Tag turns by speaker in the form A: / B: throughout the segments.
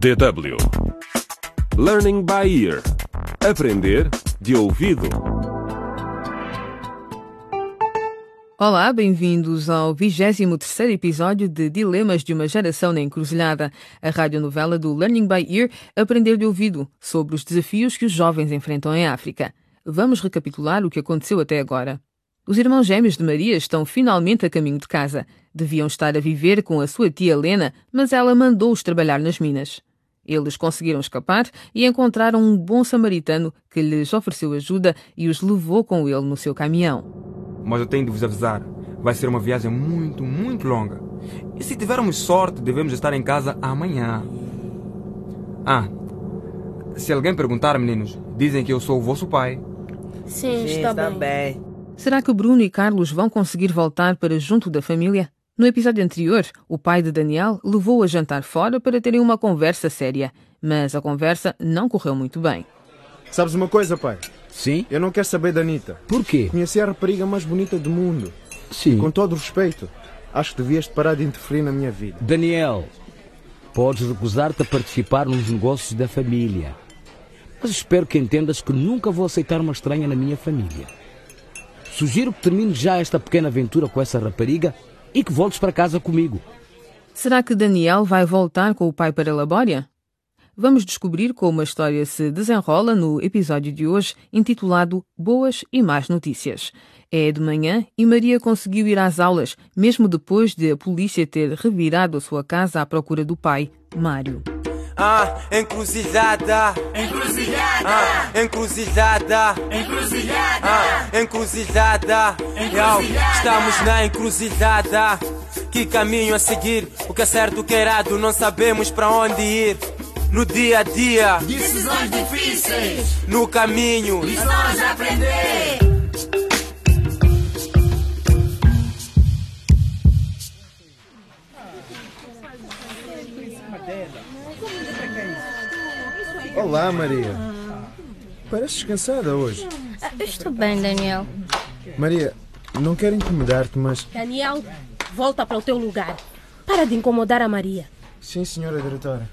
A: DW Learning by Ear Aprender de ouvido
B: Olá, bem-vindos ao 23º episódio de Dilemas de uma Geração na Encruzilhada, a radionovela do Learning by Ear Aprender de Ouvido, sobre os desafios que os jovens enfrentam em África. Vamos recapitular o que aconteceu até agora. Os irmãos gêmeos de Maria estão finalmente a caminho de casa. Deviam estar a viver com a sua tia Helena, mas ela mandou-os trabalhar nas minas. Eles conseguiram escapar e encontraram um bom samaritano que lhes ofereceu ajuda e os levou com ele no seu caminhão.
C: mas eu tenho de vos avisar, vai ser uma viagem muito, muito longa. E se tivermos sorte, devemos estar em casa amanhã. Ah, se alguém perguntar, meninos, dizem que eu sou o vosso pai.
D: Sim,
E: Sim, está,
D: está
E: bem.
D: bem.
B: Será que Bruno e Carlos vão conseguir voltar para junto da família? No episódio anterior, o pai de Daniel levou a jantar fora para terem uma conversa séria, mas a conversa não correu muito bem.
F: Sabes uma coisa, pai?
G: Sim?
F: Eu não quero saber da Anitta.
G: Por quê?
F: Conheci a rapariga mais bonita do mundo.
G: Sim.
F: Com todo o respeito, acho que devias parar de interferir na minha vida.
G: Daniel, podes recusar-te a participar nos negócios da família. Mas espero que entendas que nunca vou aceitar uma estranha na minha família. Sugiro que termines já esta pequena aventura com essa rapariga e que voltes para casa comigo.
B: Será que Daniel vai voltar com o pai para Labória? Vamos descobrir como a história se desenrola no episódio de hoje, intitulado Boas e Más Notícias. É de manhã e Maria conseguiu ir às aulas, mesmo depois de a polícia ter revirado a sua casa à procura do pai, Mário.
H: Ah, encruzilhada. Encruzilhada. Ah, encruzilhada. Encruzilhada. Ah, encruzilhada. Yo, estamos na encruzilhada. Que caminho a seguir? O que é certo, o que é errado? Não sabemos para onde ir. No dia a dia,
E: Decisões difíceis,
H: no caminho.
E: lições a aprender.
F: Olá, Maria. Pareces cansada hoje.
I: Eu estou bem, Daniel.
F: Maria, não quero incomodar-te, mas.
E: Daniel, volta para o teu lugar. Para de incomodar a Maria.
F: Sim, senhora diretora.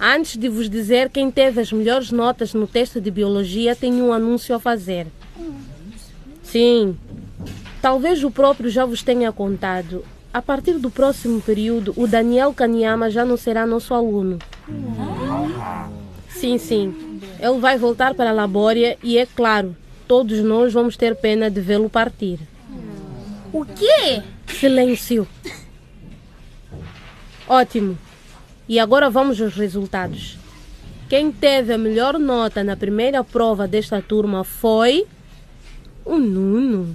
E: Antes de vos dizer quem teve as melhores notas no teste de biologia, tenho um anúncio a fazer. Sim, talvez o próprio já vos tenha contado. A partir do próximo período, o Daniel Kanyama já não será nosso aluno. Sim, sim. Ele vai voltar para a Labória e, é claro, todos nós vamos ter pena de vê-lo partir.
I: O quê?
E: Silêncio. Ótimo. E agora vamos aos resultados. Quem teve a melhor nota na primeira prova desta turma foi. O Nuno.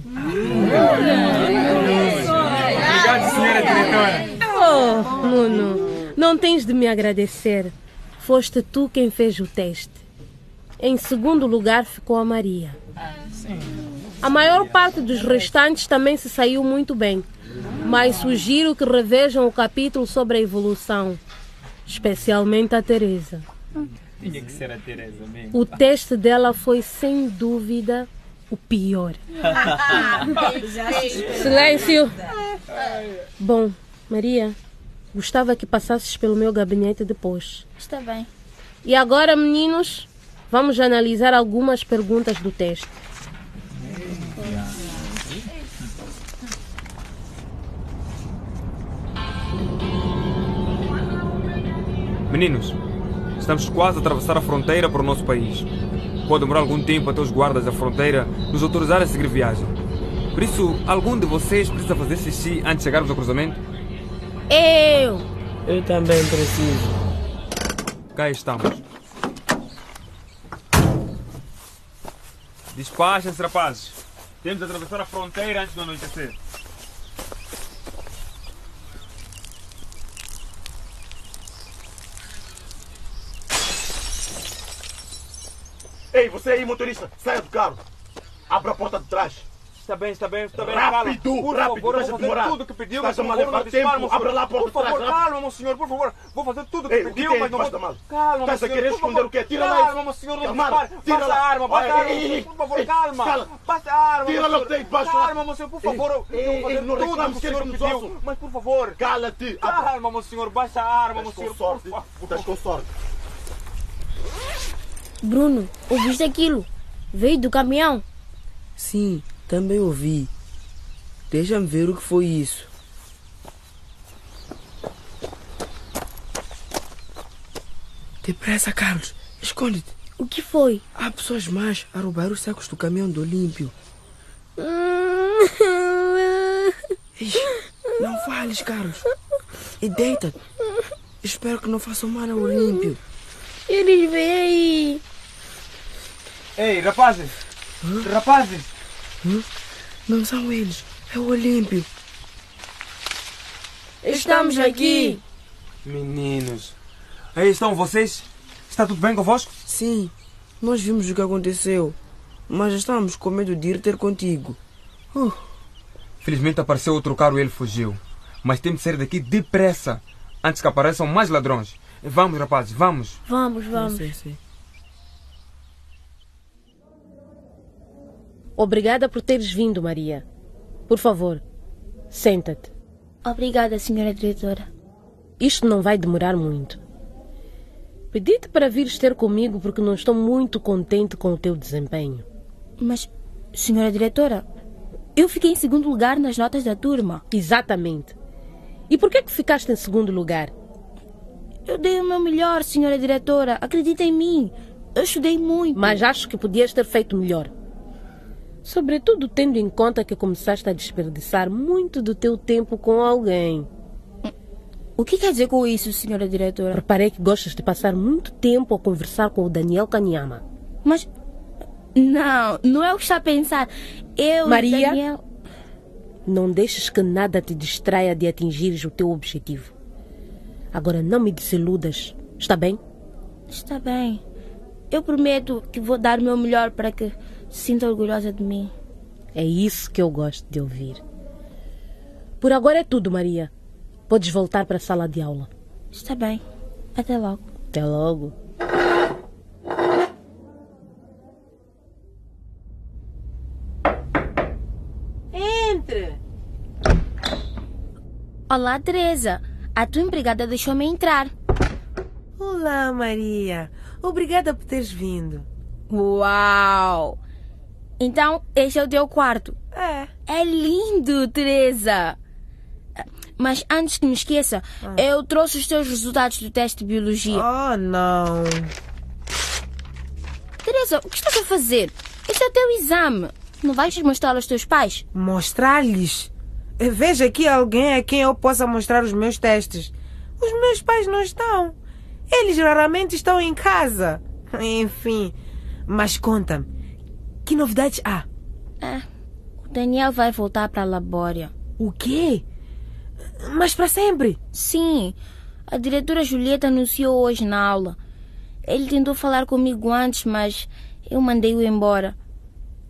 E: Obrigado, senhora diretora. Oh, Nuno, não tens de me agradecer. Foste tu quem fez o teste. Em segundo lugar ficou a Maria. A maior parte dos restantes também se saiu muito bem, mas sugiro que revejam o capítulo sobre a evolução, especialmente a Teresa. Tinha que ser a Teresa mesmo. O teste dela foi sem dúvida o pior. Silêncio. Bom, Maria, gostava que passasses pelo meu gabinete depois.
I: Está bem.
E: E agora, meninos, vamos analisar algumas perguntas do teste.
C: Meninos, estamos quase a atravessar a fronteira para o nosso país. Pode demorar algum tempo até os guardas da fronteira nos autorizarem a seguir viagem. Por isso, algum de vocês precisa fazer xixi antes de chegarmos ao cruzamento?
E: Eu!
D: Eu também preciso.
C: Cá estamos. Despachem-se, rapazes. Temos de atravessar a fronteira antes do anoitecer.
J: Ei, você aí, motorista, saia do carro. Abra a porta de trás.
C: Está Tá bem, está bem, está bem.
J: Rápido,
C: calma. Por
J: rápido,
C: favor, eu
J: deixa
C: vou
J: demorar.
C: fazer tudo o que pediu,
J: Faz
C: mas por
J: uma
C: favor, não
J: levar
C: dispare,
J: tempo,
C: meu senhor.
J: abra lá a porta
C: Por favor,
J: atrás,
C: calma, meu senhor, por favor. Vou fazer tudo o que
J: Ei, o que
C: pediu,
J: tem
C: mas não
J: aí debaixo
C: vou...
J: da mala?
C: Calma,
J: Estás a
C: meu senhor,
J: querer
C: por
J: esconder
C: favor.
J: o quê? Tira lá isso.
C: Calma, meu senhor, não
J: Camara,
C: dispare.
J: tira
C: Baixa
J: lá.
C: a arma, baixa a
J: Ei, ei,
C: arma,
J: ei,
C: por favor,
J: ei,
C: calma.
J: fala.
C: Baixa a arma,
J: Tira
C: meu
J: lá o
C: senhor.
J: que tem debaixo lá.
C: Calma, meu senhor, por favor. Eu
J: ei,
C: vou fazer
J: ei, não
C: tudo o
J: reclames
C: que o
J: que
C: senhor
J: eles nos
C: pediu,
J: ouçam.
C: mas por favor.
J: Cala-te.
C: Calma, meu senhor, baixa a arma, meu
J: Estás com
C: senhor, por
J: sorte.
C: favor.
J: Estás com sorte.
I: Bruno, ouviste aquilo? Veio do caminhão.
D: Sim, também ouvi. Deixa-me ver o que foi isso. Depressa, Carlos. Esconde-te.
I: O que foi?
D: Há pessoas más a roubar os sacos do caminhão do Olímpio. Ixi, não fales, Carlos. E deita-te. Espero que não façam mal ao Olímpio.
I: Eles vêm aí.
C: Ei, rapazes! Rapazes!
D: Não são eles. É o Olímpio.
E: Estamos aqui.
C: Meninos! Aí estão vocês? Está tudo bem convosco?
D: Sim, nós vimos o que aconteceu. Mas já estávamos com medo de ir ter contigo. Uh,
C: Felizmente apareceu outro carro e ele fugiu. Mas temos de sair daqui depressa antes que apareçam mais ladrões. Vamos, rapazes, vamos!
I: Vamos, vamos.
D: Sim, sim.
E: Obrigada por teres vindo, Maria. Por favor, senta-te.
I: Obrigada, senhora diretora.
E: Isto não vai demorar muito. Pedi-te para vires ter comigo porque não estou muito contente com o teu desempenho.
I: Mas, senhora diretora, eu fiquei em segundo lugar nas notas da turma.
E: Exatamente. E por que é que ficaste em segundo lugar?
I: Eu dei o meu melhor, senhora diretora. Acredita em mim. Eu estudei muito.
E: Mas acho que podias ter feito melhor. Sobretudo tendo em conta que começaste a desperdiçar muito do teu tempo com alguém.
I: O que quer dizer com isso, senhora diretora?
E: Reparei que gostas de passar muito tempo a conversar com o Daniel Kanyama.
I: Mas. Não, não é o que está a pensar. Eu,
E: Maria?
I: Daniel.
E: Não deixes que nada te distraia de atingires o teu objetivo. Agora não me desiludas, está bem?
I: Está bem. Eu prometo que vou dar o meu melhor para que se sinta orgulhosa de mim.
E: É isso que eu gosto de ouvir. Por agora é tudo, Maria. Podes voltar para a sala de aula.
I: Está bem. Até logo.
E: Até logo.
K: Entre!
I: Olá, Teresa. A tua empregada deixou-me entrar.
K: Olá, Maria. Obrigada por teres vindo.
I: Uau! Então, este é o teu quarto.
K: É.
I: É lindo, Teresa. Mas antes que me esqueça,
K: Ah.
I: eu trouxe os teus resultados do teste de biologia.
K: Oh, não. Ah.
I: Teresa, o que estás a fazer? Este é o teu exame. Não vais mostrá-lo aos teus pais?
K: Mostrar-lhes? Veja aqui alguém a quem eu possa mostrar os meus testes. Os meus pais não estão. Eles raramente estão em casa. Enfim. Mas conta-me, que novidades há?
I: É. O Daniel vai voltar para a Labória.
K: O quê? Mas para sempre?
I: Sim, a diretora Julieta anunciou hoje na aula. Ele tentou falar comigo antes, mas eu mandei-o embora.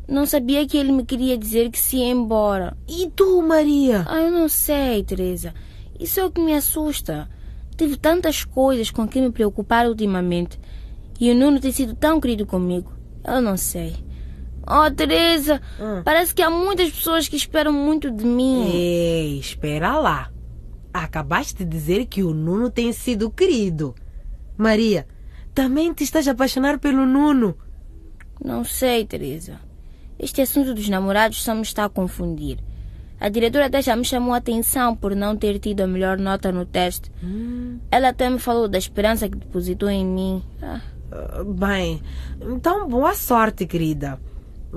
I: Não sabia que ele me queria dizer que se ia embora.
K: E tu, Maria?
I: Ah, eu não sei, Teresa. Isso é o que me assusta. Tive tantas coisas com que me preocupar ultimamente. E o Nuno tem sido tão querido comigo. Eu não sei. Oh, Teresa,
K: Hum.
I: parece que há muitas pessoas que esperam muito de mim.
K: Ei, espera lá. Acabaste de dizer que o Nuno tem sido querido. Maria, também te estás a apaixonar pelo Nuno.
I: Não sei, Teresa. Este assunto dos namorados só me está a confundir. A diretora até já me chamou a atenção por não ter tido a melhor nota no teste. Ela até me falou da esperança que depositou em mim. Ah,
K: Ah, Bem, então boa sorte, querida.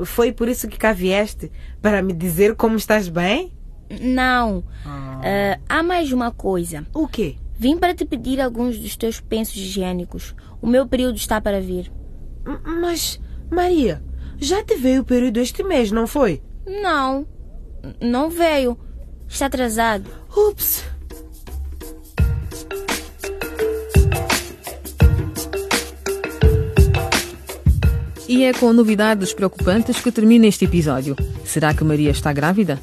K: Foi por isso que cá vieste para me dizer como estás bem?
I: não. Ah, há mais uma coisa.
K: O quê?
I: Vim para te pedir alguns dos teus pensos higiênicos. O meu período está para vir.
K: M- Mas, Maria, já te veio o período este mês, não foi?
I: Não. n- Não veio. Está atrasado.
K: Ups!
B: E é com novidades preocupantes que termina este episódio. Será que Maria está grávida?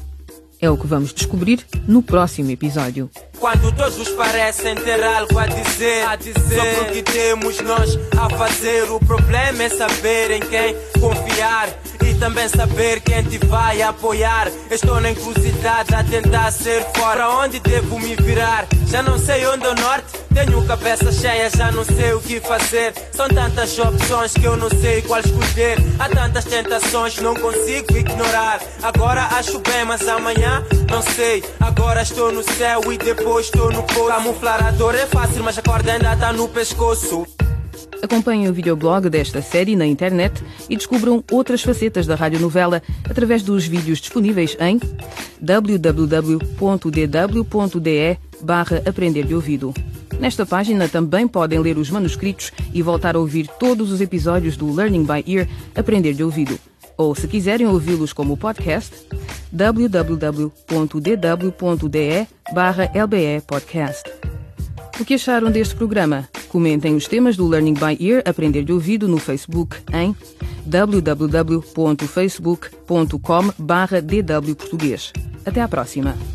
B: É o que vamos descobrir no próximo episódio.
H: Quando todos parecem ter algo a dizer, sobre o que temos nós a fazer, o problema é saber em quem confiar. e também saber quem te vai apoiar. Estou na encruzilhada a tentar ser fora. Pra onde devo me virar? Já não sei onde é o norte. Tenho cabeça cheia, já não sei o que fazer. São tantas opções que eu não sei qual escolher. Há tantas tentações, não consigo ignorar. Agora acho bem, mas amanhã não sei. Agora estou no céu e depois estou no poço. Camuflar a dor é fácil, mas a corda ainda tá no pescoço.
B: Acompanhem o videoblog desta série na internet e descubram outras facetas da radionovela através dos vídeos disponíveis em www.dw.de barra Aprender de Ouvido. Nesta página também podem ler os manuscritos e voltar a ouvir todos os episódios do Learning by Ear Aprender de Ouvido. Ou, se quiserem ouvi-los como podcast, www.dw.de barra LBE Podcast. O que acharam deste programa? Comentem os temas do Learning by Ear Aprender de Ouvido no Facebook em www.facebook.com barra DW Português. Até à próxima!